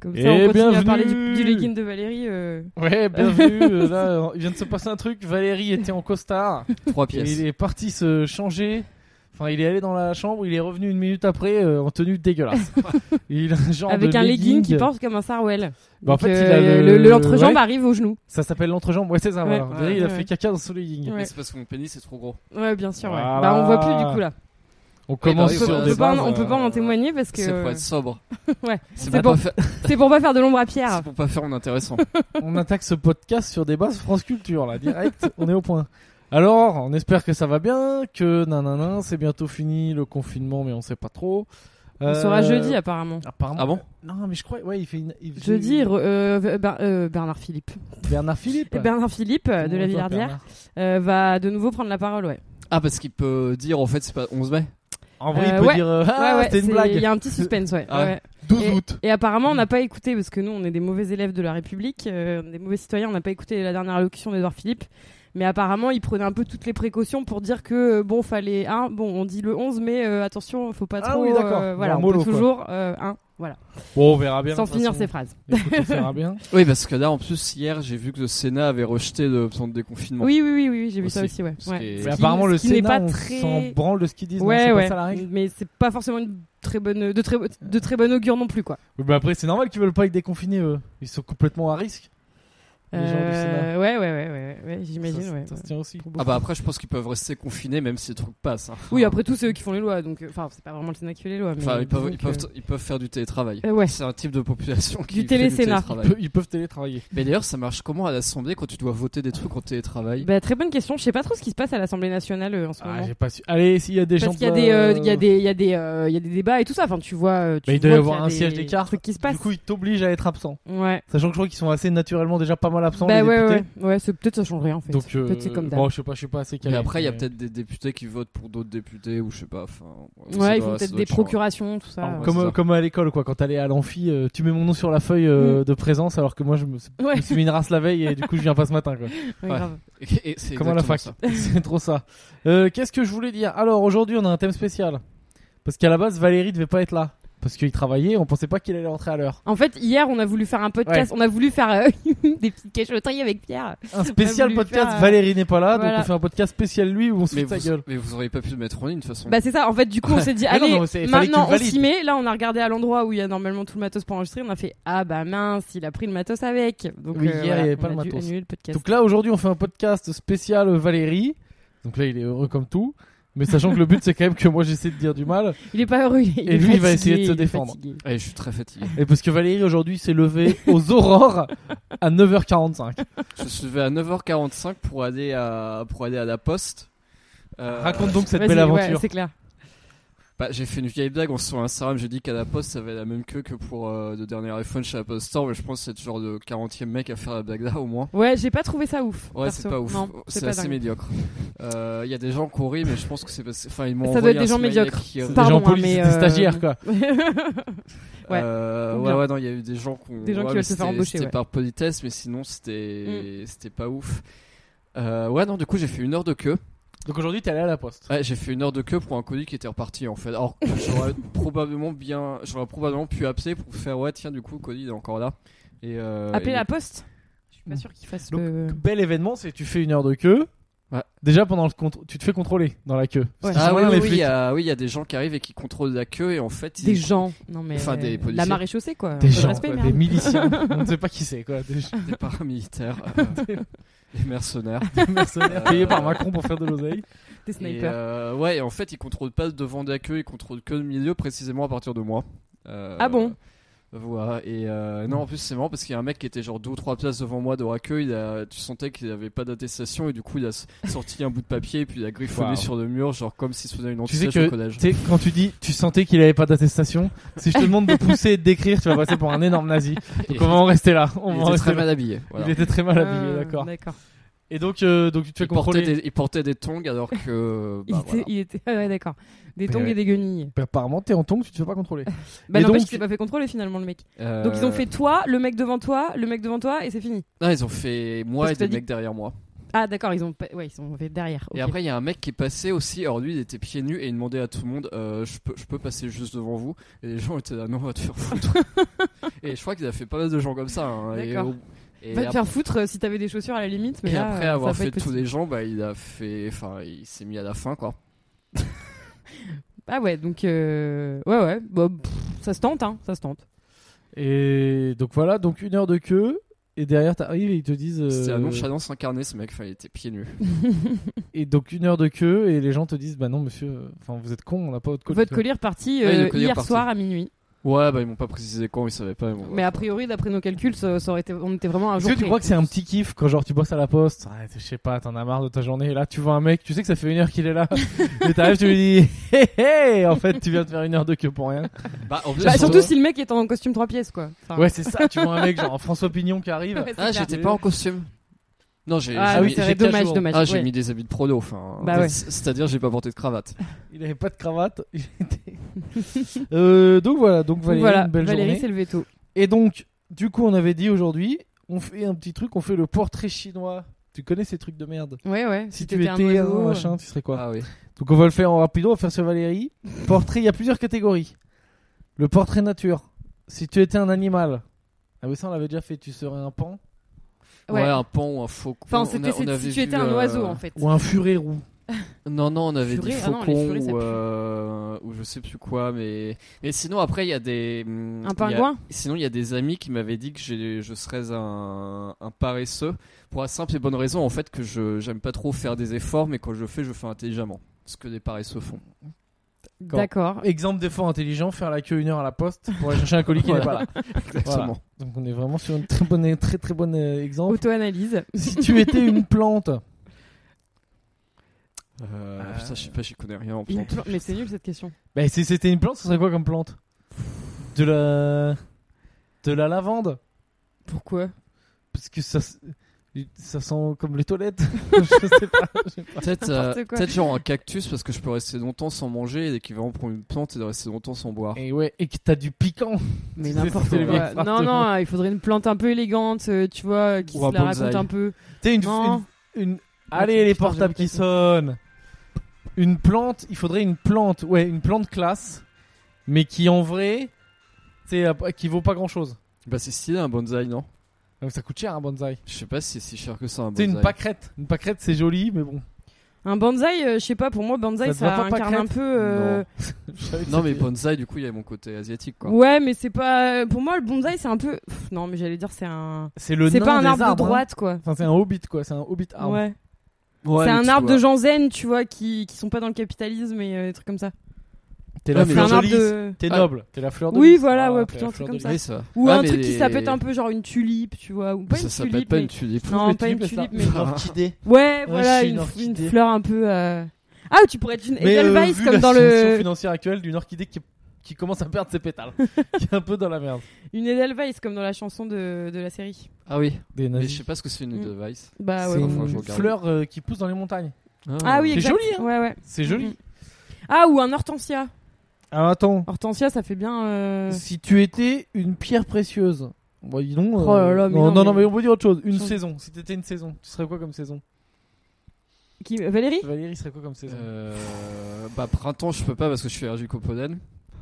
Comme Et ça, on continue à Eh bienvenue parler du, du legging de Valérie. euh. Ouais, bienvenue. euh, Là, euh, il vient de se passer un truc. Valérie était en costard. Trois Et pièces. il est parti se changer. Enfin, il est allé dans la chambre. Il est revenu une minute après euh, en tenue dégueulasse. il a un genre Avec de un legging qui porte comme un sarwell. Bah, en fait, Donc, il a euh, le- le- l'entrejambe ouais. arrive au genou. Ça s'appelle l'entrejambe. Ouais, c'est ça. voilà. Ouais. Valérie, il a Ouais. fait caca dans son legging. Ouais. Mais c'est parce que mon pénis est trop gros. Ouais, bien sûr. ouais. Voilà. Bah, on voit plus du coup là. On commence oui, on, peut, Ah sur on des peut pas, en- bases, on peut euh, pas en témoigner parce que C'est pour euh, être sobre. Ouais. C'est C'est pour, bon. pas faire- c'est pour pas faire de l'ombre à Pierre. c'est pour pas faire mon intéressant. On attaque ce podcast sur des bases France Culture, là, direct, on est au point. Alors, on espère que ça va bien, que nanana, c'est bientôt fini le confinement, mais on sait pas trop. On Euh, sera jeudi apparemment. apparemment. Ah bon Non, mais je crois, ouais, il fait une. il faisait- Jeudi, re- euh, v- Ber- euh, Bernard Philippe. Bernard Philippe. Et Bernard Philippe euh, de Comment la va, Villardière Bernard euh, va de nouveau prendre la parole, ouais. Ah, parce qu'il peut dire en fait c'est pas 11 mai. En vrai, Euh, il peut ouais. dire. euh, ah, ouais, ouais, c'était une c'est- blague. Il y a un petit suspense, ouais. Ah ouais. ouais. 12 Et- août. Et apparemment, on n'a pas écouté, parce que nous, on est des mauvais élèves de la République, euh, des mauvais citoyens, on n'a pas écouté la dernière allocution d'Edouard Philippe. Mais apparemment, il prenait un peu toutes les précautions pour dire que, euh, bon, fallait un, bon, on dit le 11, mais euh, attention, faut pas Ah trop. oui, d'accord. euh, voilà, Bon, on mollo, peut quoi. toujours euh, un, voilà. Bon, on verra bien. Sans de toute finir façon. ses phrases. Écoute, on verra bien. Oui, parce que là en plus hier j'ai vu que le Sénat avait rejeté le plan de déconfinement. Oui, oui, oui, oui, j'ai vu ça Aussi. aussi, ouais. Ce ouais. qui Mais est- Ce qui- apparemment, le ce qui n'est Sénat, pas on très- s'en branle de ce qu'ils disent. non, Ouais, c'est ouais. pas ça la règle. Mais c'est pas forcément une très bonne, de très, bo- de très bonne augure non plus, quoi. Oui, bah après, c'est normal qu'ils veulent pas être déconfinés, eux. Ils sont complètement à risque. Les gens du Sénat. Euh, ouais, ouais, ouais, ouais, ouais, ouais, Ça, j'imagine, ouais. ça se tient aussi. Ah bah après je pense qu'ils peuvent rester confinés même si les trucs passent. hein. Oui, après tout, c'est eux qui font les lois, donc, euh, enfin, c'est pas vraiment le Sénat qui fait les lois. Mais Enfin, ils peuvent, disons ils, peuvent, que- ils peuvent faire du télétravail. Euh, ouais. C'est un type de population qui fait télésénat. télétravail. Ils peuvent- ils peuvent télétravailler. Mais d'ailleurs, ça marche comment à l'Assemblée quand tu dois voter des trucs en télétravail Bah, très bonne question. Je sais pas trop ce qui se passe à l'Assemblée nationale euh, en ce Ah, moment. j'ai pas su. Allez, s'il y a des gens. Parce qu'il y a de- des, euh, il y a des, il y a des, euh, il y a des débats et tout ça. Enfin, tu vois. euh, Tu Mais il doit y vois avoir qu'il un des siège d'écart. Trucs qui se passent. Du coup, ils t'obligent à être absent. ouais. Sachant que je crois qu'ils sont assez naturellement déjà pas mal absents. Bah les ouais, ouais, députés. ouais. c'est- Peut-être ça change rien en fait. Donc, euh, Peut-être c'est comme d'hab. bon, je sais pas, je suis pas assez Mais calé. après, il y a mais- peut-être des députés qui votent pour d'autres députés ou je sais pas. Enfin, ça doit- ouais, ils font ça peut-être doit des être chiant. procurations, tout ça. Ah, ouais, Comme, c'est euh, ça. comme à l'école, quoi. Quand t'allais à l'amphi, euh, tu mets mon nom sur la feuille euh, de présence, alors que moi, je me, je Ouais, me suis mis une race la veille et du coup, je viens pas ce matin, quoi. ouais, Ouais. grave. Et- et c'est Comme à la fac. exactement C'est trop ça. Euh, Qu'est-ce que je voulais dire Alors, aujourd'hui, on a un thème spécial. Parce qu'à la base, Valérie devait pas être là. Parce qu'il travaillait, on pensait pas qu'il allait rentrer à l'heure. En fait, hier, on a voulu faire un podcast, on a voulu faire euh, des petites cachoteries avec Pierre. Un spécial voulu podcast, faire, euh, Valérie n'est pas là, voilà. donc on fait un podcast spécial lui où on se Mais fout de sa vous, gueule. mais vous auriez pas pu le mettre en ligne de toute façon. Bah, c'est ça, en fait, du coup, on s'est dit, Mais non, allez, non, c'est- fallait que maintenant, tu on le valides. s'y met. Là, on a regardé à l'endroit où il y a normalement tout le matos pour enregistrer. On a fait, ah bah mince, il a pris le matos avec. Donc, Oui, euh, hier, il y voilà, avait pas on le a dû matos. annuler le podcast. Donc là, aujourd'hui, on fait un podcast spécial euh, Valérie. Donc là, il est heureux comme tout. Mais sachant que le but, c'est quand même que moi, j'essaie de dire du mal. Il est pas heureux. Il est Et lui, il va fatigué, essayer de se il est défendre. fatigué. Et je suis très fatigué. Et parce que Valérie, aujourd'hui, s'est levée aux aurores à 9h45. je suis levé à 9h45 pour aller à, pour aller à la poste. Euh, Raconte donc cette Vas-y, belle ouais, aventure. c'est clair. bah, j'ai fait une vieille blague en sur Instagram. J'ai dit qu'à la poste, ça avait la même queue que pour euh, le dernier iPhone chez Apple Store. Mais je pense que c'est le genre de 40e mec à faire la blague là au moins. Ouais, j'ai pas trouvé ça ouf. Ouais, c'est perso. pas ouf. Non, C'est pas assez dingue. médiocre. Euh, Il y a des gens qui ont ri, mais je pense que c'est parce Enfin, ils m'ont Ça doit envoyé être des un gens smiley médiocres. qui, euh, C'est Pardon, des gens polis, hein, mais, c'est des euh, stagiaires, quoi. Ouais. Euh, Ou ouais, bien. ouais, non, il y a eu des gens qui ont. Des gens ouais, qui mais veulent se faire c'était- embaucher, C'était ouais. Mm. par politesse, mais sinon, c'était c'était pas ouf. Euh, ouais, non, du coup, j'ai fait une heure de queue. Donc aujourd'hui, t'es allé à la poste. Ouais, j'ai fait une heure de queue pour un colis qui était reparti, en fait. Alors, j'aurais probablement bien. J'aurais probablement pu appeler pour faire, ouais, tiens, du coup, le colis il est encore là. Et, euh, Appeler et- la poste Je suis pas sûr qu'il fasse Hmm. Donc, le. Bel événement, c'est tu fais une heure de queue. Ouais. Déjà, pendant le contr- tu te fais contrôler dans la queue. Parce Ouais. qu'ils Ah sont oui, là, oui, les oui, il flics. y a- oui, il y a des gens qui arrivent et qui contrôlent la queue, et en fait. ils- Des gens. Non, mais. Enfin, des euh, policiers. La marée chaussée, quoi. Des Un peu de gens, respect, hein, quoi, merde. Des miliciens. On ne sait pas qui c'est, quoi. Des gens- Des paramilitaires. euh, des mercenaires. des mercenaires payés par Macron pour faire de l'oseille. Des Et, snipers. euh, ouais, et en fait, ils contrôlent pas devant de la queue, ils contrôlent que le milieu, précisément à partir de moi. Euh, Ah bon Voilà, et euh, non, en plus, c'est marrant parce qu'il y a un mec qui était genre deux ou trois places devant moi de la queue, il a, tu sentais qu'il avait pas d'attestation, et du coup, il a s- sorti un bout de papier, et puis il a griffonné Waouh. sur le mur, genre comme si faisait une Tu sais antisèche que au collège. tu sais, quand tu dis tu sentais qu'il avait pas d'attestation, si je te demande de pousser et de décrire, tu vas passer pour un énorme nazi. Et Donc on va en rester là. On il va en était rester très là. mal habillé. voilà. Il était très mal habillé, Ah, d'accord. Bah, D'accord. Et donc, euh, donc tu te fais Il portait, contrôler. des, il portait des tongs alors que. Il bah, était- il était. ah Ouais, d'accord. Des tongs ouais. et des guenilles. Bah, Apparemment, t'es en tongs, tu te fais pas contrôler. Bah Et non, donc- parce qu'il s'est pas fait contrôler finalement le mec. voilà. Euh, Donc ils ont fait toi, le mec devant toi, le mec devant toi et c'est fini. Non, ils ont fait moi Parce et que t'as des dit- mecs derrière moi. Ah d'accord, ils ont pas- ouais, ils sont fait derrière. Et ok. après, il y a un mec qui est passé aussi. Alors, lui, il était pieds nus et il demandait à tout le monde euh, je, peux, je peux passer juste devant vous Et les gens étaient là Non, va te faire foutre. et je crois qu'il a fait pas mal de gens comme ça. hein. Et, D'accord. au- et Va te ap- faire foutre euh, si t'avais des chaussures à la limite, mais et là, après euh, ça avoir va pas fait être tous possible. les gens, bah, il a fait. Enfin, il s'est mis à la fin, quoi. Ah ouais, donc euh, ouais ouais, bah, pff, ça se tente hein, ça se tente. Et donc voilà, donc une heure de queue. Et derrière, t'arrives et ils te disent. euh, C'était la nonchalance incarnée, ce mec. Enfin, il était pieds nus. Et donc une heure de queue et les gens te disent bah non monsieur, euh, enfin vous êtes con, on n'a pas votre colis. Votre collier parti Ouais, le euh, collier hier reparti. soir à minuit. Ouais, bah, ils m'ont pas précisé quand, ils savaient pas. bon, Mais a priori, d'après nos calculs, ça, ça aurait été, on était vraiment un Est-ce jour. que tu près. crois que c'est un petit kiff quand genre tu bosses à la poste, ouais, je sais pas, t'en as marre de ta journée et là tu vois un mec, tu sais que ça fait une heure qu'il est là, et t'arrives tu lui dis, hé hé, en fait tu viens de faire une heure de queue pour rien. Bah, en plus, Bah, Surtout- surtout si le mec est en costume trois pièces quoi. Enfin, Ouais c'est ça, tu vois un mec genre François Pignon qui arrive. ouais, c'est Ah, clair. j'étais pas en costume. Non, j'ai Ah j'ai oui, mis- c'est j'ai vrai, quatre dommage, jours. dommage. Ah, j'ai ouais. mis des habits de prodo, enfin. Bah ouais. c- C'est-à-dire, j'ai pas porté de cravate. Il avait pas de cravate. il était- Euh, donc voilà, donc Donc Valérie, voilà, une belle Valérie, journée. c'est le veto. Et donc, du coup, on avait dit aujourd'hui, on fait un petit truc, on fait le portrait chinois. Tu connais ces trucs de merde Ouais ouais. Si tu étais t'étais un, oiseau, machin, tu serais quoi Ah oui. Donc on va le faire en rapido, on va faire sur Valérie. Portrait, il y a plusieurs catégories. Le portrait nature. Si tu étais un animal. Ah oui, ça on l'avait déjà fait, tu serais un pan Ouais. Ouais. un pan ou un faucon. Enfin, On c'était a- on c'est- avait si tu vu, étais un euh, oiseau en fait. ou un furet roux. Non, non, on avait Furet, dit ah non, faucon les furets, ça ou, pue. euh, ou je sais plus quoi, mais mais sinon après il y a des hum, Un il y a- pingouin. Sinon il y a des amis qui m'avaient dit que j'ai- je serais un, un paresseux pour la simple et bonne raison en fait que je j'aime pas trop faire des efforts, mais quand je fais, je fais intelligemment. Ce que des paresseux font. D'accord. Exemple d'effort intelligent, faire la queue une heure à la poste pour aller chercher un colis qui n'est pas là. Exactement. Donc on est vraiment sur un très bon, très, très bon euh, exemple. Auto-analyse. si tu étais une plante, Ah. Euh, Euh, Putain, je sais pas, j'y connais rien en Une plantes. plan- Mais c'est nul cette question. bah, si c'était une plante, ce serait quoi comme plante De la... De la lavande Pourquoi Parce que ça, s- ça sent comme les toilettes. je sais pas. je sais pas. Peut-être euh, N'importe quoi. peut-être genre un cactus parce que je peux rester longtemps sans manger et l'équivalent pour une plante c'est de rester longtemps sans boire. Et ouais, et que t'as du piquant. Mais C'est- n'importe c'est les quoi. vieilles phrases Non de non, il faudrait une plante un peu élégante, euh, tu vois, qui Ou se un la raconte bonsaï. un peu. T'es une, Non. Ah, une- une- Allez, les Putain, portables j'ai qui sonnent. Une plante, il faudrait une plante, ouais, une plante classe, mais qui en vrai, c'est qui vaut pas grand chose. Bah c'est stylé un bonsaï non Donc ça coûte cher un bonsaï. Je sais pas si c'est si cher que ça un C'est bonsaï. une pâquerette. Une pâquerette, c'est joli, mais bon. Un bonsaï, euh, je sais pas, pour moi Ça bonsaï te ça, va pas, incarne Pâquerette un peu euh, Non. Je savais que Non mais c'était- bonsaï du coup il y a mon côté asiatique quoi. Ouais, mais c'est pas euh, pour moi le bonsaï c'est un peu Pff, non, mais j'allais dire c'est un c'est le c'est nain pas un des arbre de arbres, hein. droite quoi. Enfin, c'est un hobbit quoi, c'est un hobbit arbre. Ouais. Ah, Ouais, c'est mais un tu arbre vois. de gens zen, tu vois, qui, qui sont pas dans le capitalisme et euh, des trucs comme ça. T'es Ouais, la mais C'est fleur un de arbre lys. de. T'es Ah. noble. T'es la fleur de Oui, lys. Ah, voilà, ouais, t'es la putain, un fleur truc de comme lys. ça. Oui, ça. Ou Ah, un mais truc qui les- s'appelle un peu genre une tulipe, tu vois, ou pas ça une s'appelle tulipe. pas mais- une tulipe. Non, Mais pas tu une fais ça. tulipe, mais- Une orchidée. Ouais, je voilà, suis une, une f- une orchidée. fleur un peu. euh, Ah, tu pourrais être une Mais euh, Edelweiss vu comme la dans situation le financière actuelle d'une orchidée qui, qui commence à perdre ses pétales, qui est un peu dans la merde. une Edelweiss comme dans la chanson de, de la série. Ah oui, Des mais je sais pas ce que c'est une Mm. device. Bah c'est ouais. enfin, une je regarde. fleur euh, qui pousse dans les montagnes. Ah oui, C'est exact. joli, hein. Ouais ouais. C'est joli. Mhm. Ah ou un hortensia. Alors Ah, attends, Hortensia, ça fait bien euh, si tu étais une pierre précieuse, bon, dis donc, euh, Oh là là, mais non, non, non, non, mais- mais on peut dire autre chose. Une Change- saison. Si t'étais une saison, tu serais quoi comme saison qui- Valérie Valérie serait quoi comme saison Euh, bah printemps je peux pas parce que je suis allergique au pollen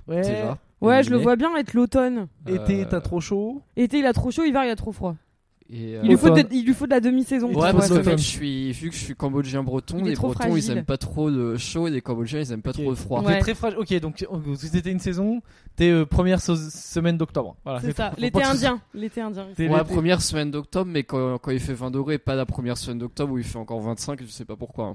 Ouais. déjà. Euh, Ouais, je le Éliminé. vois bien être l'automne. Été, Euh, t'as trop chaud. Été, il a trop chaud, hiver, il a trop froid. Et, euh, Il lui, faut L'automne. de, il lui faut de la demi-saison. Il Ouais, te parce faut que l'automne. mec, je suis, vu que je suis cambodgien breton, Il est les trop bretons ils fragile. aiment pas trop le chaud et les cambodgiens ils aiment pas Ok. trop le froid. T'es Ouais. très fragile. Ok, donc euh, si t'étais une saison, t'es euh, première so- semaine d'octobre. Voilà, c'est ça, tout. Faut l'été pas que ce- indien. L'été indien. T'es Ouais, l'été. première semaine d'octobre, mais quand, quand il fait 20 degrés, pas la première semaine d'octobre où il fait encore 25, je sais pas pourquoi. hein.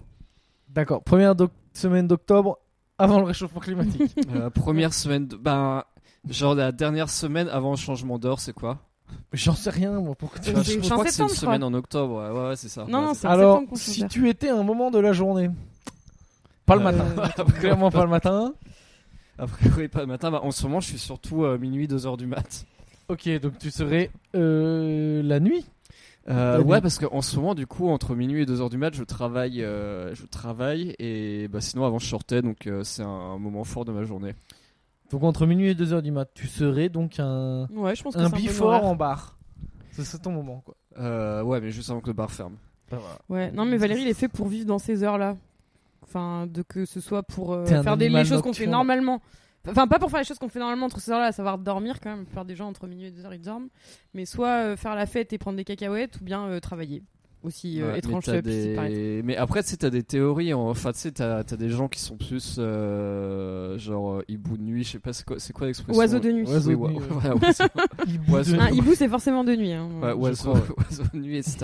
D'accord. Première doc- semaine d'octobre avant le réchauffement climatique. Euh, première semaine, de- ben, genre la dernière semaine avant le changement d'heure, c'est quoi Mais J'en sais rien, moi. Pourquoi tu C'est- Enfin, c'est Je en crois que c'est une septembre, je semaine en octobre, ouais, ouais, ouais, c'est ça. Non, Ouais, non, c'est c'est en Alors, septembre qu'on change si d'air. tu étais un moment de la journée, pas le Euh, matin, clairement pas le matin. ça. A priori, pas le matin, bah, en ce moment je suis surtout euh, minuit, 2h du mat. Ok, donc tu serais euh, la nuit. Euh, La nuit. ouais, parce qu'en ce moment, du coup, entre minuit et 2h du mat, je travaille, euh, je travaille, et bah, sinon avant je sortais, donc euh, c'est un moment fort de ma journée. Donc entre minuit et 2h du mat, tu serais donc un, Ouais, je pense que un c'est bon before horaire. en bar. C'est ça ton moment quoi. Euh, ouais, mais juste avant que le bar ferme. Ça va. Ouais, non, mais Valérie, il est fait pour vivre dans ces heures-là. Enfin, de que ce soit pour euh, T'es un faire des, les animal choses qu'on fait nocturne. normalement. Enfin, pas pour faire les choses qu'on fait normalement entre ces heures-là, à savoir dormir quand même. La plupart des gens, entre minuit et deux heures, ils dorment. Mais soit euh, faire la fête et prendre des cacahuètes, ou bien euh, travailler. Aussi euh, Ouais, étrange mais, t'as que puisse y paraître. des... mais après, tu sais, t'as des théories. en- Enfin, tu sais, t'as t'as des gens qui sont plus euh, genre euh, hibou de nuit. Je sais pas, c'est quoi, c'est quoi l'expression Oiseau de nuit. Oui, Oiseau de ouais, nuit, ouais. voilà, oiseau- Oiseau- Un hibou, c'est forcément de nuit. hein. Ouais, oiseau, oiseau de nuit, etc.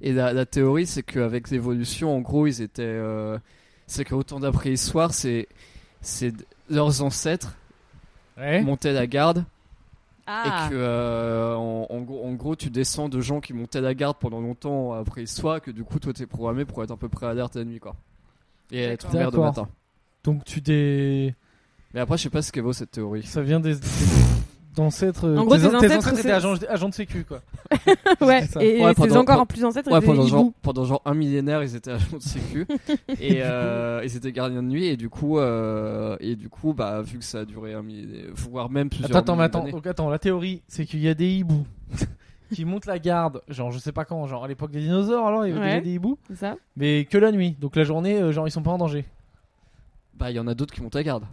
Et la, la théorie, c'est qu'avec l'évolution, en gros, ils étaient. euh, c'est qu'autant d'après-histoire, c'est. c'est d- leurs ancêtres Ouais. montaient la garde Ah, et que euh, en, en gros, en gros, tu descends de gens qui montaient la garde pendant longtemps après histoire que du coup toi t'es programmé pour être à peu près alerte la nuit quoi et être en D'accord. mer de D'accord. matin Donc tu t'es. mais après je sais pas ce qu'est vaut cette théorie Ça vient des. D'ancêtres. En gros, tes- tes tes ancêtres, ancêtres c'est- étaient agents agents de sécu, quoi. ouais, c'est ça. et Ouais, c'est pendant- encore pen- plus ancêtre. ouais étaient pendant genre, hiboux. pendant genre un millénaire ils étaient agents de sécu et euh, ils étaient gardiens de nuit et du coup euh, et du coup bah vu que ça a duré un millénaire voire même plusieurs Attends, attends, mais milliers attends, d'années. donc, attends, la théorie, c'est qu'il y a des hiboux qui montent la garde, genre je sais pas quand, genre à l'époque des dinosaures, alors il y avait Ouais. déjà des hiboux, C'est ça. mais que la nuit, donc la journée, euh, genre ils sont pas en danger. bah il y en a d'autres qui montent la garde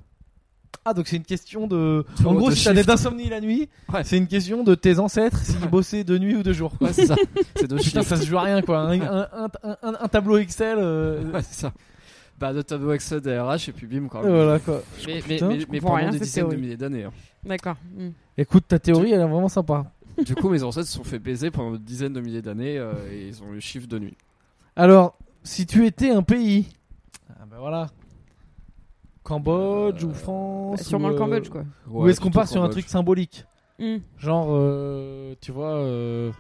Ah, donc c'est une question de. Tout en gros, de si t'as des shift. insomnies la nuit, Ouais. c'est une question de tes ancêtres s'ils bossaient de nuit ou de jour. ouais c'est ça c'est de Putain, chier. ça se joue à rien quoi, un, un- un- un- un tableau Excel. euh, ouais c'est ça bah le tableau Excel DRH et puis bim quoi euh, Voilà quoi. mais, mais, Oh putain, mais, je mais comprends pendant rien à des cette dizaines de théorie. milliers d'années hein. D'accord. Mm. Écoute, ta théorie, elle est vraiment sympa. Du coup, mes ancêtres se sont fait baiser pendant des dizaines de milliers d'années euh, et ils ont eu chiffre de nuit. Alors, si tu étais un pays. Ah bah voilà. Cambodge Euh, ou France. Bah, sûrement ou, le euh, Cambodge, quoi. Ou est-ce qu'on part sur un truc symbolique Mm. Genre, euh, tu vois, euh,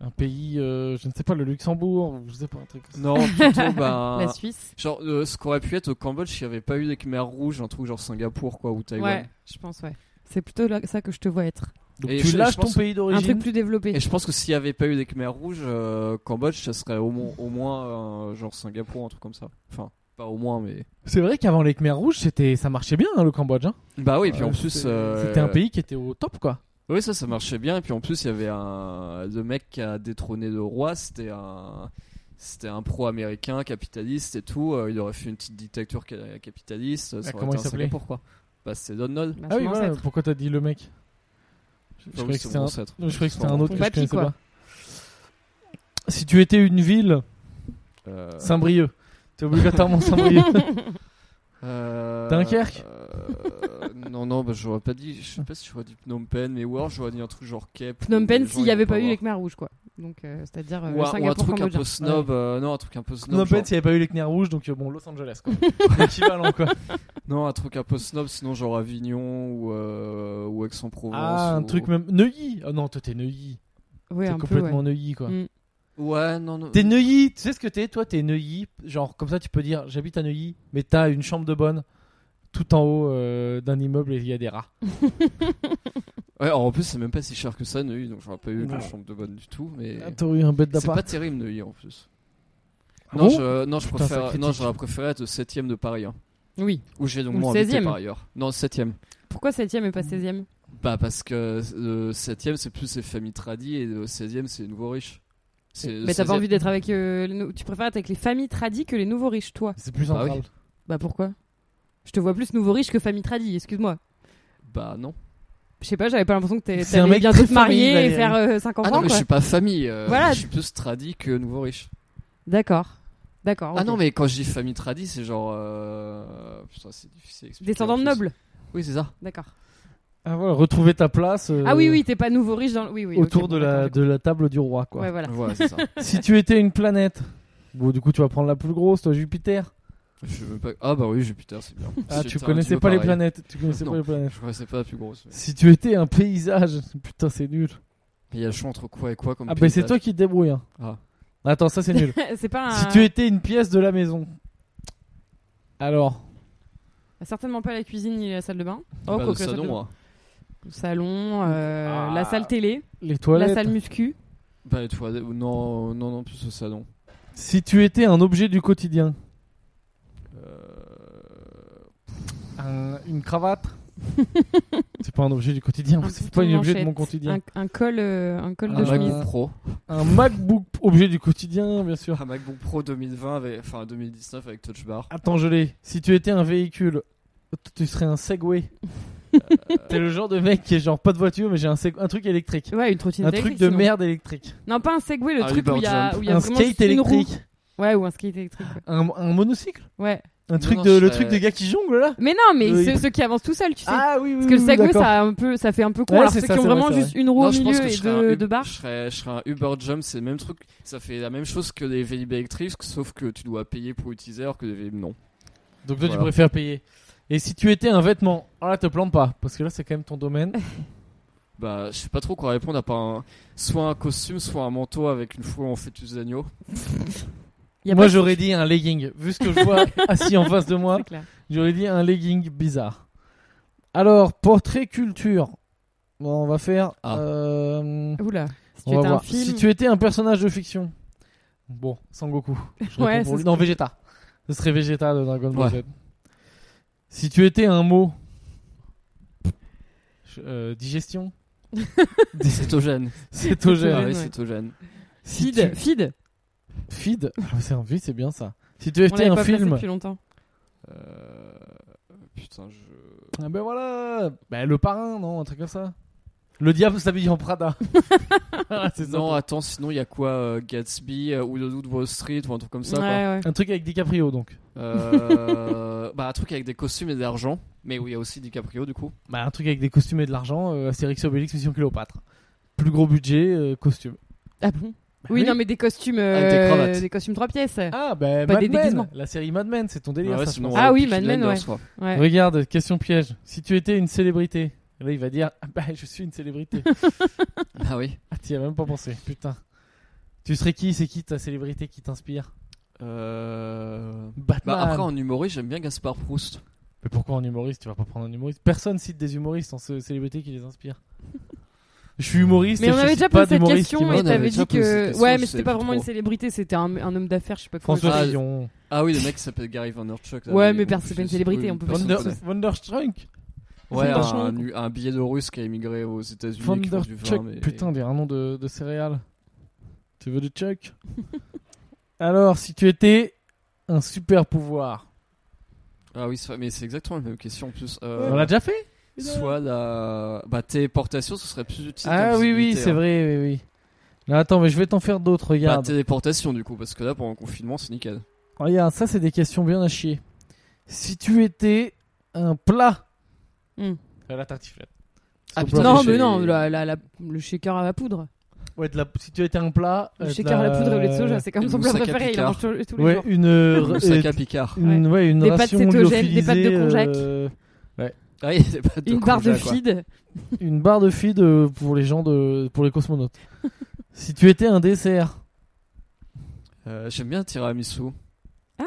un pays, euh, je ne sais pas, le Luxembourg, ou je sais pas, un truc. comme ça. Non, plutôt, ben, La Suisse. genre, euh, ce qu'aurait pu être au Cambodge s'il n'y avait pas eu les Khmer Rouges, un truc genre Singapour quoi, ou Taïwan. Ouais, je pense, ouais. C'est plutôt là, ça que je te vois être. Donc Et tu je- lâches je pense- ton pays Un d'origine. truc plus développé. Et je pense que s'il n'y avait pas eu les Khmer Rouges, euh, Cambodge, ça serait au, moins au moins euh, genre Singapour, un truc comme ça. Enfin, pas au moins, mais. C'est vrai qu'avant les Khmer rouges, c'était, ça marchait bien hein, le Cambodge. hein. Bah oui, et puis Euh, en plus. c'était- euh, c'était un pays qui était au top quoi. Oui, ça, ça marchait bien. Et puis en plus, il y avait un. Le mec qui a détrôné le roi, c'était un. C'était un pro-américain, capitaliste et tout. Euh, il aurait fait une petite dictature ca- capitaliste. Ça Ah, aurait comment été il un s'appelait Singapour, quoi. Bah, c'était Donald. Bah, Ah son oui, voilà. ancêtre. Pourquoi t'as dit le mec Je Enfin, Bah oui, croyais que c'est c'était mon un- ancêtre. je croyais que c'était un Enfin, autre que Ton je papy, connaissais quoi. pas. Si tu étais une ville, euh, Saint-Brieuc. T'es obligatoirement Saint-Brieuc. euh, Dunkerque euh, Non, non, bah, j'aurais pas dit. Je sais pas si j'aurais dit Phnom Penh, mais ou alors j'aurais dit un truc genre Cape. où Phnom les Penh gens, s'il ils n'y avait vont pas eu voir. les Khmer rouges quoi. Donc euh, c'est-à-dire euh, Ou un, ou un Singapour truc un Cambodge. peu snob. euh, non, un truc un peu snob. Phnom Penh, genre- s'il n'y avait pas eu les Khmer rouges, donc euh, bon, Los Angeles quoi. L'équivalent quoi. Non, un truc un peu snob, sinon genre Avignon ou, euh, ou Aix-en-Provence. Ah, un ou- truc même. Neuilly Ah non, toi t'es Neuilly. Ouais, T'es un peu, complètement ouais. Neuilly quoi. Mm. Ouais, non, non. T'es Neuilly, tu sais ce que t'es Toi t'es Neuilly. Genre comme ça tu peux dire j'habite à Neuilly, mais t'as une chambre de bonne tout en haut euh, d'un immeuble et il y a des rats. Ouais, alors en plus, c'est même pas si cher que ça, Neuilly, donc j'aurais pas eu Non. une chambre de bonne du tout, mais. Ah, T'aurais eu un bête C'est d'appart. pas terrible, Neuilly, en plus. Ah non, bon je, non, je Putain, ça préfère, critique. non, j'aurais préféré être 7ème de Paris 1. Oui. Où j'ai donc Ou le moins habité 16e. par ailleurs. Non, 7ème. Pourquoi 7ème et pas 16ème Bah, parce que le 7ème, c'est plus les familles tradies et le 16ème, c'est les nouveaux riches. C'est le Mais t'as pas 16e. envie d'être avec euh, les nou- tu préfères être avec les familles tradies que les nouveaux riches toi. C'est plus Bah oui. central. Bah pourquoi Je te vois plus nouveau riche que famille tradie, excuse-moi. Bah, non. Je sais pas, j'avais pas l'impression que t'es- C'est un t'allais mec bientôt très te marier famille, et faire euh, 5 Ah enfants non, mais je quoi. suis pas famille. euh, Voilà. Je suis plus tradit que nouveau riche. D'accord. D'accord. Ah ok. non, mais quand je dis famille tradie, c'est genre. euh, Putain, c'est difficile à expliquer. en Descendant de plus. nobles. Oui, c'est ça. D'accord. Ah voilà, retrouver ta place euh, Ah oui oui, t'es pas nouveau riche dans le- oui oui. ok, autour bon, de, la, d'accord, j'ai de la table du roi compris. quoi. Ouais voilà. Voilà, c'est ça. Si tu étais une planète, bon du coup tu vas prendre la plus grosse, toi Jupiter. Je sais même pas... Ah bah oui, Jupiter, c'est bien. Ah tu Jupiter, un petit connaissais peu pas les pareil. planètes, tu connaissais Non. pas les planètes. Je connaissais pas la plus grosse. mais- Si tu étais un paysage, putain c'est nul. Il y a le choix entre quoi et quoi comme Ah bah c'est paysage. toi qui te débrouilles. hein. Ah. Attends ça c'est nul. C'est pas un... Si tu étais une pièce de la maison. Alors, certainement pas la cuisine ni la salle de bain. Bah, quoique le la salle de salon, bain. hein. Le salon, euh, Ah. la salle télé, les toilettes. la salle muscu. Bah les toilettes- Non, non, non, plus le salon. Si tu étais un objet du quotidien. Euh, Un- une cravate, C'est pas un objet du quotidien, Un c'est bouton pas un objet de manchette, mon quotidien. Un, un col, euh, un col Ah, de Un bah, chemise. MacBook Pro. Un MacBook, objet du quotidien, bien sûr. Un MacBook Pro 2020, avec- enfin 2019 avec Touch Bar. Attends, je l'ai. Si tu étais un véhicule, t- tu serais un Segway. T'es le genre de mec qui est genre pas de voiture, mais j'ai un, seg- un truc électrique. Ouais, une trottinette. Un truc électrique, de sinon. merde électrique. Non, pas un Segway, le Un truc où il y a, Uber où il y a Un vraiment skate juste une roue. électrique. Ouais, ou un skate électrique. ouais. Un, un monocycle. Ouais. Un truc non, de, je le serais- truc de gars qui jongle là. Mais non, mais Oui. ceux, ceux qui avancent tout seuls, tu sais. Ah oui, oui. Parce que le oui, Segway, d'accord. ça, a un peu, ça fait un peu con. Ouais, alors c'est ceux ça, qui ont c'est vrai, vraiment c'est juste une roue Non, au je pense milieu que je et serais un deux Ub- deux Je barres. serais, je serais un Uber Jump, c'est le même truc. Ça fait la même chose que les Vélib électriques, sauf que tu dois payer pour utiliser, alors que les Vélib non. Donc toi, tu Voilà. préfères payer. Et si tu étais un vêtement, ah là, te plante pas, parce que là, c'est quand même ton domaine. Bah, je sais pas trop quoi répondre à part un- soit un costume, soit un manteau avec une fourrure en fœtus d'agneau. Y a Moi, pas de- j'aurais dit un legging. Vu ce que je vois assis en face de moi, C'est clair. j'aurais dit un legging bizarre. Alors, portrait culture. Bon, on va faire. Ah. euh, Oula. Si tu on va étais un voir. film. Si tu étais un personnage de fiction. Bon, Sangoku. Je Ouais, réponds ça pour lui. serait- Non, Vegeta. Ce serait Vegeta de Dragon Ball Ouais. Z. Si tu étais un mot. Je- euh, digestion. Cétogène. Cétogène. ouais. Pareil, Ah cétogène. Si Feed. tu- Feed. Feed. Ah, ouais, c'est un oui, c'est bien ça. Si tu On étais l'avait un pas placé film. depuis longtemps. Euh, Putain, je. Ah ben voilà. Ben, le parrain, non, un truc comme ça. Le diable s'habille en Prada. Ah, c'est ça. Non, attends, sinon il y a quoi euh, Gatsby euh, ou le Loup de Wall Street ou un truc comme ça quoi. Ouais, ouais. Un truc avec DiCaprio donc. Euh, bah, un truc avec des costumes et de l'argent, mais où il y a aussi DiCaprio du coup. Bah, un truc avec des costumes et de l'argent. euh, Astérix et Obélix, Mission Cléopâtre. Plus gros budget, euh, costume. Ah bon Bah Oui, non, mais des costumes. Avec des euh, cravates. Des costumes trois pièces. Ah, ben Pas Mad des Men. déguisements. La série Mad Men, c'est ton délire. Ouais, ça, je sinon, pense. Ah euh, oui, Peaky Mad Men, Blinders, quoi. Ouais. Regarde, question piège. Si tu étais une célébrité, là il va dire ah, Bah, je suis une célébrité. Ah oui. ah, t'y as même pas pensé, putain. Tu serais qui C'est qui ta célébrité qui t'inspire Euh... Batman. Bah, après, en humoriste, j'aime bien Gaspard Proust. Mais pourquoi en humoriste Tu vas pas prendre un humoriste. Personne cite des humoristes en ce- célébrité qui les inspire. Je suis humoriste. Mais et on je avait cite déjà pas posé cette d'humoriste qui question m'a- et m'inspire. on avait t'avais déjà dit posé cette que. question, Ouais, je mais sais c'était pas plus vraiment une trop. célébrité, c'était un, un homme d'affaires, je sais pas quoi. François Ah, Fillon. Ah oui, le mec qui s'appelle Gary Vaynerchuk. là, Ouais, oui, mais bon, pers- je c'est pas une sais célébrité, oui, on peut personne Wonder- connaît. Wonderstruck. Ouais, un, Wonderstruck. un- un billet de russe qui a émigré aux États-Unis. qui vend du vin, Wonderstruck. mais- Putain, dire un nom de, de céréales. Tu veux du Chuck Alors, si tu étais un super pouvoir. Ah oui, c'est- mais c'est exactement la même question en plus. Euh, On l'a déjà fait Soit la bah, téléportation, ce serait plus utile. Ah comme oui, oui, possibilité, c'est hein. vrai, oui, oui. Non, attends, mais je vais t'en faire d'autres, Bah, regarde. téléportation du coup, parce que là pendant le confinement c'est nickel. regarde, ça, c'est des questions bien à chier. Si tu étais un plat. Hmm. Euh, La tartiflette. Ah, Parce qu'on putain, peut Non, mais mais j'ai- non, la- la- la- le shaker à la poudre. Ouais, de la- si tu étais un plat. euh, Le de shaker à la poudre et au lait de soja, c'est quand même une son plat moussaka préféré, il en Picard. mange tous tous les Ouais, jours. une. euh, Moussaka Picard. une, ouais, une Des pâtes ration cétogènes, des pâtes de lyophilisée, konjac. euh, Ah, il y a pas de Une barre de congé, quoi. feed. une barre de feed euh, pour les gens de. pour les cosmonautes. si tu étais un dessert. Euh, J'aime bien tiramisu.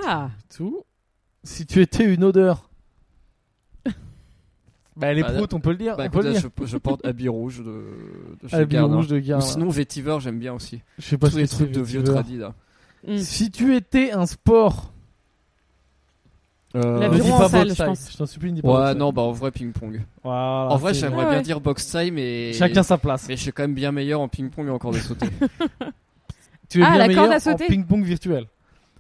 Ah Tout. Si tu étais une odeur. Bah, les Bah, proutes, on peut le dire. Bah on écoute, peut le là, dire. je, je porte habit rouge de, de chez Habit Garnin. rouge de hein. Ou garde. sinon vétiver, j'aime bien aussi. je sais pas Tous ce les que trucs c'est, de vieux vetiver. tradis là. Mm. Si tu étais un sport. La ne dis L'aviron pas en salle, boxe je time. pense. Je t'en supplie, ne dis pas boxe Ouais, time. Euh, non, bah en vrai ping-pong. Voilà, en vrai, c'est- j'aimerais Ah bien ouais. dire box time, mais Chacun sa place. mais je suis quand même bien meilleur en ping-pong et encore de sauter. Tu es Ah, bien la corde meilleur à sauter. en ping-pong virtuel.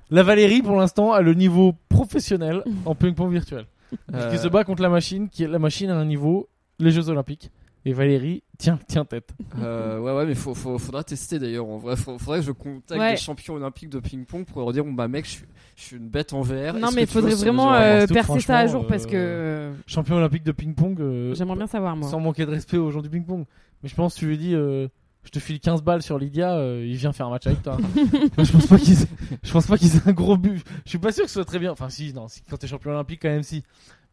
La Valérie, pour l'instant, a le niveau professionnel en ping-pong virtuel. Euh, Qui se bat contre la machine, qui est la machine à un niveau, les Jeux Olympiques. Et Valérie, tiens, tiens tête. euh, ouais, ouais, mais faut, faut- faudra tester d'ailleurs. En vrai, Faut- faudrait que je contacte Ouais. les champions olympiques de ping-pong pour leur dire bon bah mec, je suis, je suis une bête en VR. Non, Est-ce mais que tu veux faudrait se vraiment mesurer Parce euh, que percer ça à franchement, jour parce que euh, Champion olympique de ping-pong, euh, j'aimerais bien savoir, moi. sans manquer de respect aux gens du ping-pong. Mais je pense, tu lui dis, euh, je te file 15 balles sur Lydia, euh, il vient faire un match avec toi. je pense pas qu'ils aient, je pense pas qu'ils aient un gros but. Je suis pas sûr que ce soit très bien. Enfin, si, non, si, quand t'es champion olympique, quand même, si.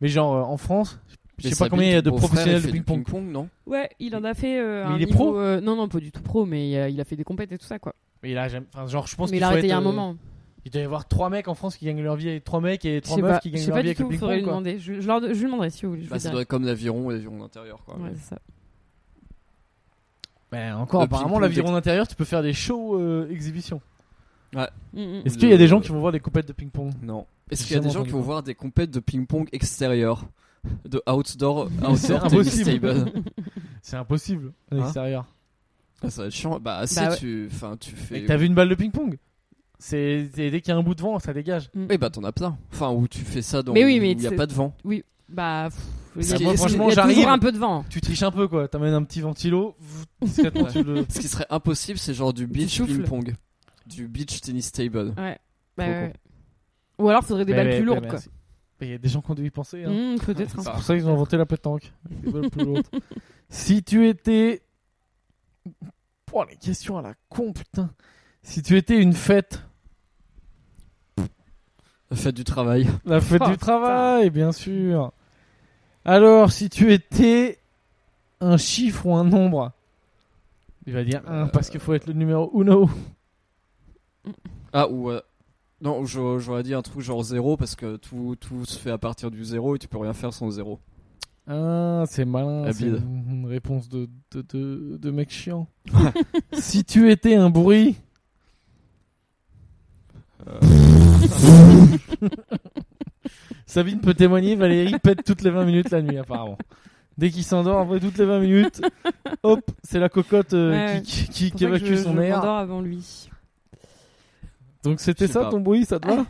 Mais genre, euh, en France, je sais Mais pas Sabine, combien il y a de ton beau-frère, professionnels il de fait du ping-pong. ping-pong, non Ouais, il en a fait. euh, Mais un il est niveau, pro euh, Non, non, pas du tout pro, mais il a, il a fait des compètes et tout ça, quoi. Mais il a jamais- enfin, genre, je pense mais qu'il il a faut arrêté il y a être, un euh, moment. Il doit y avoir trois mecs en France qui gagnent leur vie, et trois mecs et Je trois sais meufs pas, qui je gagnent sais leur pas vie du avec le tout, faudrait ping-pong. lui quoi. demander. Je, je leur- je lui demanderai si vous voulez. je Bah, vous ça dirai. doit être comme l'aviron ou l'aviron d'intérieur, quoi. Ouais, c'est ça. Mais encore, Le apparemment, ping-pong l'aviron d'intérieur, tu peux faire des shows euh, exhibitions. Mm, mm. Est-ce qu'il y a des gens qui vont voir des coupettes de ping-pong Non. Est-ce J'ai qu'il y a des jamais gens qui entendu vont parler. voir des compètes de ping-pong extérieur de outdoor, C'est outdoor tennis impossible. table. C'est impossible à Hein l'extérieur. Ah, ça va être chiant. Bah, si Bah ouais. tu, enfin, tu Et fais. t'as vu une balle de ping-pong C'est c'est- dès qu'il y a un bout de vent, ça dégage. Oui, bah t'en as plein. Enfin, où tu fais ça dans Mais oui, mais où il n'y a c'est- pas de vent. Bah, pff, il y Parce a, que- il y a franchement, j'arrive. toujours un peu de vent. Tu triches un peu quoi, t'amènes un petit ventilo, discrètement, Ouais. tu le- Ce qui serait impossible, c'est genre du beach souffles. ping-pong. Du beach tennis table. Ouais. Bah, Trop ouais. Ou alors, faudrait des Mais- balles mais- plus mais- lourdes, mais quoi. c'est- mais Il y a des gens qui ont dû y penser. hein. Mmh, Peut-être. hein. C'est pour ça qu'ils ont inventé la pétanque. avec des balles plus lourdes. si tu étais. Oh, les questions à la con, putain. Si tu étais une fête, Faites du travail. la fête Oh, du travail, bien sûr. Alors, si tu étais un chiffre ou un nombre, il va dire un parce qu'il faut être le numéro uno. Ah, ou. euh, Non, je- j'aurais dit un truc genre zéro parce que tout, tout se fait à partir du zéro et tu peux rien faire sans zéro. Ah, c'est malin. La C'est bide. une réponse de, de, de, de mec chiant. si tu étais un bruit. Euh, Sabine peut témoigner, Valérie pète toutes les 20 minutes la nuit apparemment. Dès qu'il s'endort, après toutes les 20 minutes, hop, c'est la cocotte euh, Ouais, qui, qui- qui- C'est pour qui ça que évacue je- son je air. m'endors avant lui. Donc c'était Je sais ça pas. ton bruit, ça te Ah. va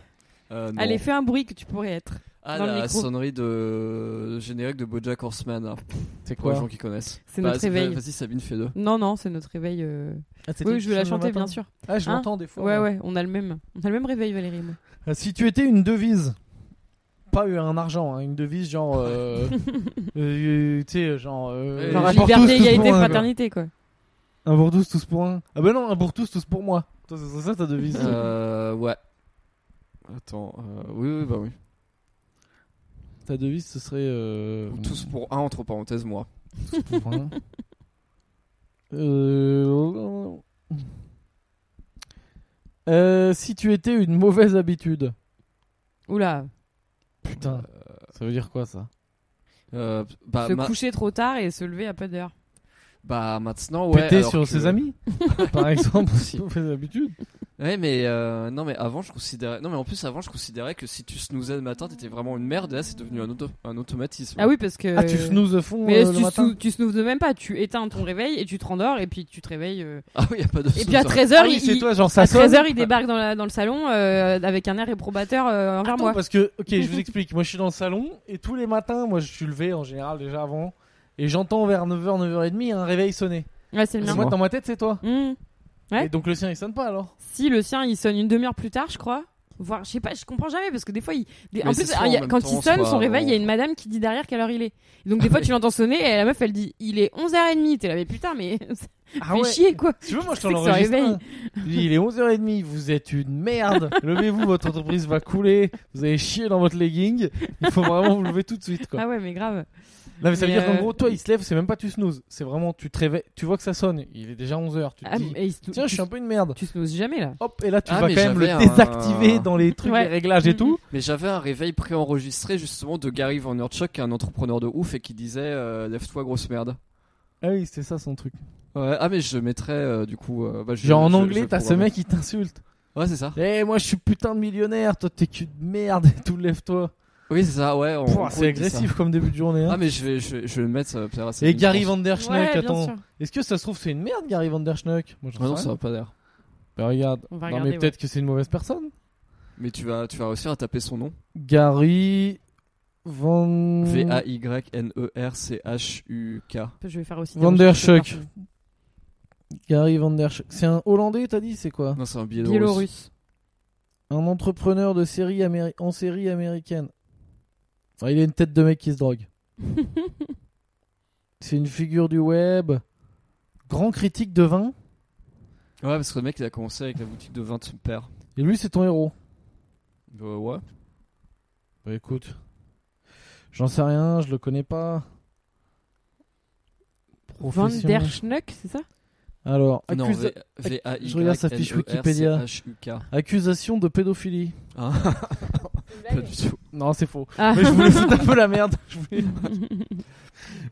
euh, non. Allez, fais un bruit que tu pourrais être. Ah, dans le la micro. sonnerie de générique de Bojack Horseman, là, C'est pour les gens qui connaissent. Bah, C'est notre réveil. Vas-y, Sabine, fais-le. Non, non, c'est notre réveil. euh. Oui, je vais la chanter, bien sûr. Ah, je Hein l'entends des fois. Ouais, moi. ouais, on a le même. On a le même réveil, Valérie. et moi. Euh, Si tu étais une devise, pas euh, un argent, hein, une devise genre. euh, euh, tu sais, genre. euh, Genre Genre, pour tous, tous liberté, égalité, pour un, quoi. fraternité, quoi. Un pour tous, tous pour un. Ah bah non, un pour tous, tous pour moi. Toi, c'est ça ta devise. Ah. Euh, ouais. Attends, euh, oui, oui, bah oui. Ta devise, ce serait. euh, Ou tous pour un, entre parenthèses, moi. Voilà. Euh, euh, si tu étais une mauvaise habitude. Oula, Putain. Ça veut dire quoi ça Euh, bah, se ma- coucher trop tard et se lever à pas d'heure. bah, maintenant, ouais. Péter alors sur que- ses amis Par exemple, Aussi. si mauvaise habitude. Ouais, mais euh, non, mais avant, je considérais. Non, mais en plus, avant, je considérais que si tu snoozais le matin, t'étais vraiment une merde. Et là, c'est devenu un, auto- un automatisme. Ah oui, parce Euh, que. Ah, tu snoozes au fond Mais euh, le tu, matin snoo- tu snoozes même pas, tu éteins ton réveil et tu te rendors et puis tu te réveilles. euh. Ah oui, y a pas de. Et snooze, puis à hein. 13h, Ah oui, c'est il, toi, genre à ça sonne. Ah, 13h, il débarque dans, la- dans le salon euh, avec un air réprobateur euh, envers Attends, moi. parce que, ok, je vous explique. Moi, je suis dans le salon et tous les matins, moi, je suis levé en général déjà avant. Et j'entends vers 9h, 9h30 un réveil sonner. Ouais, c'est le Et mien. moi, moi. dans ma tête, c'est toi. Hmm. Ouais. Et donc le sien, il sonne pas alors Si le sien il sonne une demi-heure plus tard, je crois. Voire, je sais pas, je comprends jamais parce que des fois, il... des- Mais en c'est plus, soit ah, il y a- en même quand temps, il sonne soit son réveil, il y a en- euh, une madame qui dit derrière quelle heure il est. Et Ah donc des fois, tu l'entends sonner et la meuf elle dit il est 11h30. T'es là, mais putain, mais fais Ah chier quoi. Si tu veux, moi je C'est t'en que ça l'enregistre. réveille. un. Je dis, Il est 11h30, vous êtes une merde. Levez-vous, votre entreprise va couler. Vous allez chier dans votre legging. Il faut vraiment vous lever tout de suite. Quoi. Ah ouais, mais grave. non, mais ça veut mais dire qu'en euh, gros, toi, il se lève, c'est même pas tu snoozes. C'est vraiment, tu te réveilles, tu vois que ça sonne. Il est déjà 11h. Tu te Ah, dis, mais il snoo- tiens, je suis un peu une merde. Tu snoozes jamais là. Hop, et là, tu Ah, vas mais quand même le j'avais un- désactiver dans les trucs, Ouais. Mm. les réglages et tout. Mais j'avais un réveil préenregistré justement de Gary Vaynerchuk, qui est un entrepreneur de ouf et qui disait euh, Lève-toi, grosse merde. Ah oui, c'est ça son truc. Ouais, ah, mais je mettrais euh, du coup. euh, bah, je- Genre en je- je anglais, t'as ce programme. mec qui t'insulte. Ouais, c'est ça. Eh, moi, je suis putain de millionnaire. Toi, t'es qu'une merde et tout, lève-toi. Oui, c'est ça, ouais. en Pouah, gros, C'est il dit ça. agressif comme début de journée. hein. Ah, mais je vais, je vais, je vais le mettre, ça va plaire à Et Sabine, Gary je pense. Vanderschneck, ouais, bien attends. sûr. Est-ce que ça se trouve c'est une merde Gary Vanderschneck Moi j'en sais Ah non, rien. ça va pas l'air. Bah, regarde. On va non regarder, mais peut-être que c'est une mauvaise personne. Mais tu vas, tu vas réussir à taper son nom. Gary Van E V-A-Y-N-E-R-C-H-U-K. Je vais faire aussi. Van des der recherches Schuck. Gary Vanderschneck. C'est un Hollandais, t'as dit C'est quoi Non, c'est un par- biélorusse. Biélorusse. Un entrepreneur de série améri- en série américaine. Enfin, il a une tête de mec qui se drogue. c'est une figure du web. Grand critique de vin. Ouais, parce que le mec, il a commencé avec la boutique de vin de son père. Et lui, c'est ton héros. Euh, ouais. Bah écoute, j'en sais rien, je le connais pas. Van Profession. der Schnuck, c'est ça Alors, Non, accusa- V- V-A-Y-N-E-R-C-H-U-K. Je regarde sa fiche Wikipédia. accusation de pédophilie. Ah, pas du tout. Non, c'est faux. Ah. Mais je voulais foutre un peu la merde. Je voulais-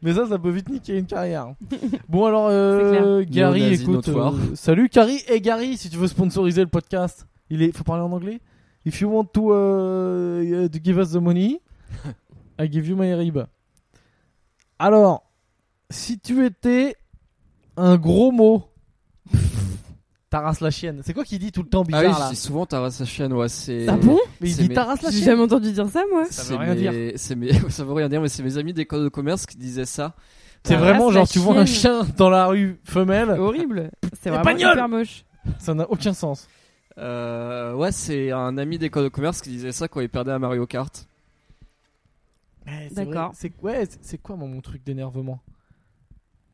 Mais ça, ça peut vite niquer une carrière. Bon alors, euh, Gary, Néo-nazi écoute, notoire. euh, salut Gary et Gary, si tu veux sponsoriser le podcast, il est, faut parler en anglais. uh, If you want to, euh, to give us the money, I give you my rib. Alors, si tu étais un gros mot, Taras la chienne. C'est quoi qu'il dit tout le temps bizarre Ah oui, là je dis souvent Taras la chienne, ouais, c'est. Ah bon Mais il c'est dit mes- Taras la J'ai chienne. jamais entendu dire ça, moi. Ça Ça veut veut rien rien dire. C'est mes... ça veut rien dire, mais c'est mes amis des codes de commerce qui disaient ça. C'est Taras vraiment la genre tu vois un chienne. chien dans la rue femelle, Horrible. C'est Les vraiment bagnoles super moche. ça n'a aucun sens. Euh, ouais, c'est un ami des codes de commerce qui disait ça quand il perdait à Mario Kart. Ouais, c'est D'accord. vrai. C'est ouais, c'est- c'est quoi moi, mon truc d'énervement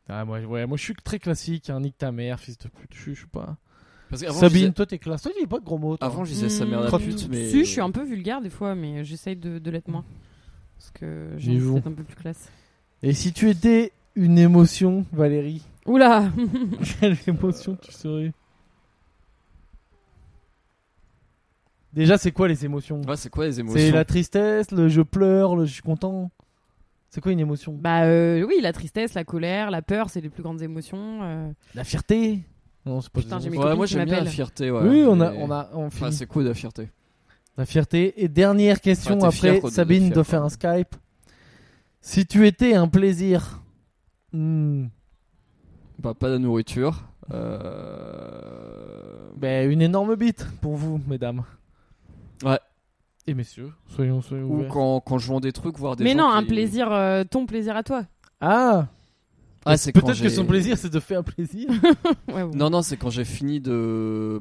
Ah, moi, ouais, moi je suis très classique, hein, nique ta mère, fils de pute, je suis- je suis pas. Parce qu'avant, je Sabine, disais- toi t'es classe, toi tu dis pas de gros mots. toi. Avant, je disais sa mère la Crotte. pute, mais. Si, je suis un peu vulgaire des fois, mais j'essaye de, de l'être moins. Parce que j'ai envie J'avoue. d'être un peu plus classe. Et si tu étais une émotion, Valérie, Oula quelle émotion tu serais Déjà, c'est quoi les émotions Ouais, c'est quoi les C'est émotions la tristesse, le je pleure, le je suis content. C'est quoi une émotion Bah euh, oui, la tristesse, la colère, la peur, c'est les plus grandes émotions. euh. La fierté Non, c'est pas des Putain, j'ai émotions. mes Ouais, copines moi qui j'aime bien la m'appellent. fierté, ouais. Oui, on a, mais- on a, on Enfin, finit. c'est cool la fierté. la fierté. Et dernière question Ouais, t'es fier, après, quoi, de- Sabine d'être doit fier, faire un Skype. Si tu étais un plaisir, hmm, Bah, pas de nourriture. Euh... ben, une énorme bite pour vous, mesdames. Ouais. Et messieurs, soyons, soyons Ou ouverts. quand, quand je vends des trucs, voir des Mais gens non, un qui- plaisir, euh, ton plaisir à toi. Ah Ah, c'est quand Peut-être que j'ai- son plaisir, c'est de faire plaisir. Ouais, bon. Non, non, c'est quand j'ai fini de.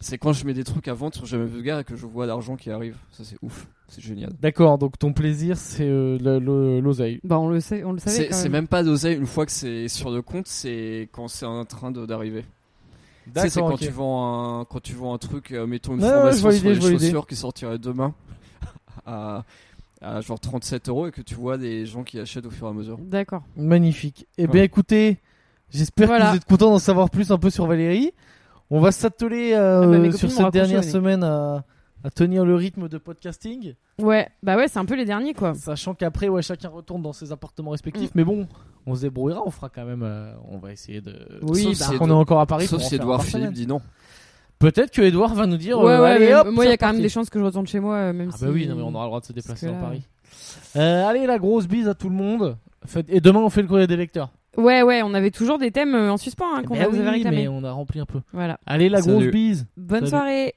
C'est quand je mets des trucs à vendre sur Jamais Vulgaire et que je vois l'argent qui arrive. Ça, c'est ouf. C'est génial. D'accord, donc ton plaisir, c'est euh, le- le- l'oseille. Bah on le sait, on le savait. C'est quand c'est même. même pas d'oseille une fois que c'est sur le compte, c'est quand c'est en train de- d'arriver. Tu sais, C'est D'accord, quand, ok. tu vends un- quand tu vends un truc, euh, mettons une Ouais, ouais, je formation vois sur l'idée, les je vois l'idée. chaussures qui sortirait demain à, à genre 37 euros et que tu vois des gens qui achètent au fur et à mesure. D'accord. Magnifique. Eh bien, Ouais. écoutez, j'espère Voilà. que vous êtes contents d'en savoir plus un peu sur Valérie. On va s'atteler euh, Ah bah, mes copines sur m'ont cette raccroché au dernière nez. semaine à, à tenir le rythme de podcasting, Ouais, bah ouais, c'est un peu les derniers quoi. sachant qu'après, ouais, chacun retourne dans ses appartements respectifs. Mm. Mais bon, on se débrouillera, on fera quand même, euh, on va essayer de. Oui, Sauf bah. si- On est encore à Paris. Sauf pour en si faire un Edouard par Philippe semaine. dit non. Peut-être que Edouard va nous dire. ouais, euh, ouais, allez, mais hop, moi il y a c'est quand même reparti. des chances que je retourne chez moi, euh, même Ah si. bah oui, non, mais on aura le droit de se déplacer que dans là- Paris. Euh, allez, la grosse bise à tout le monde. Faites- Et demain, on fait le courrier des lecteurs. Ouais, ouais, on avait toujours des thèmes euh, en suspens hein, qu'on Ben vous avait oui, réclamés. mais on a rempli un peu. Voilà. Allez, la Salut. grosse bise. Bonne Salut. soirée.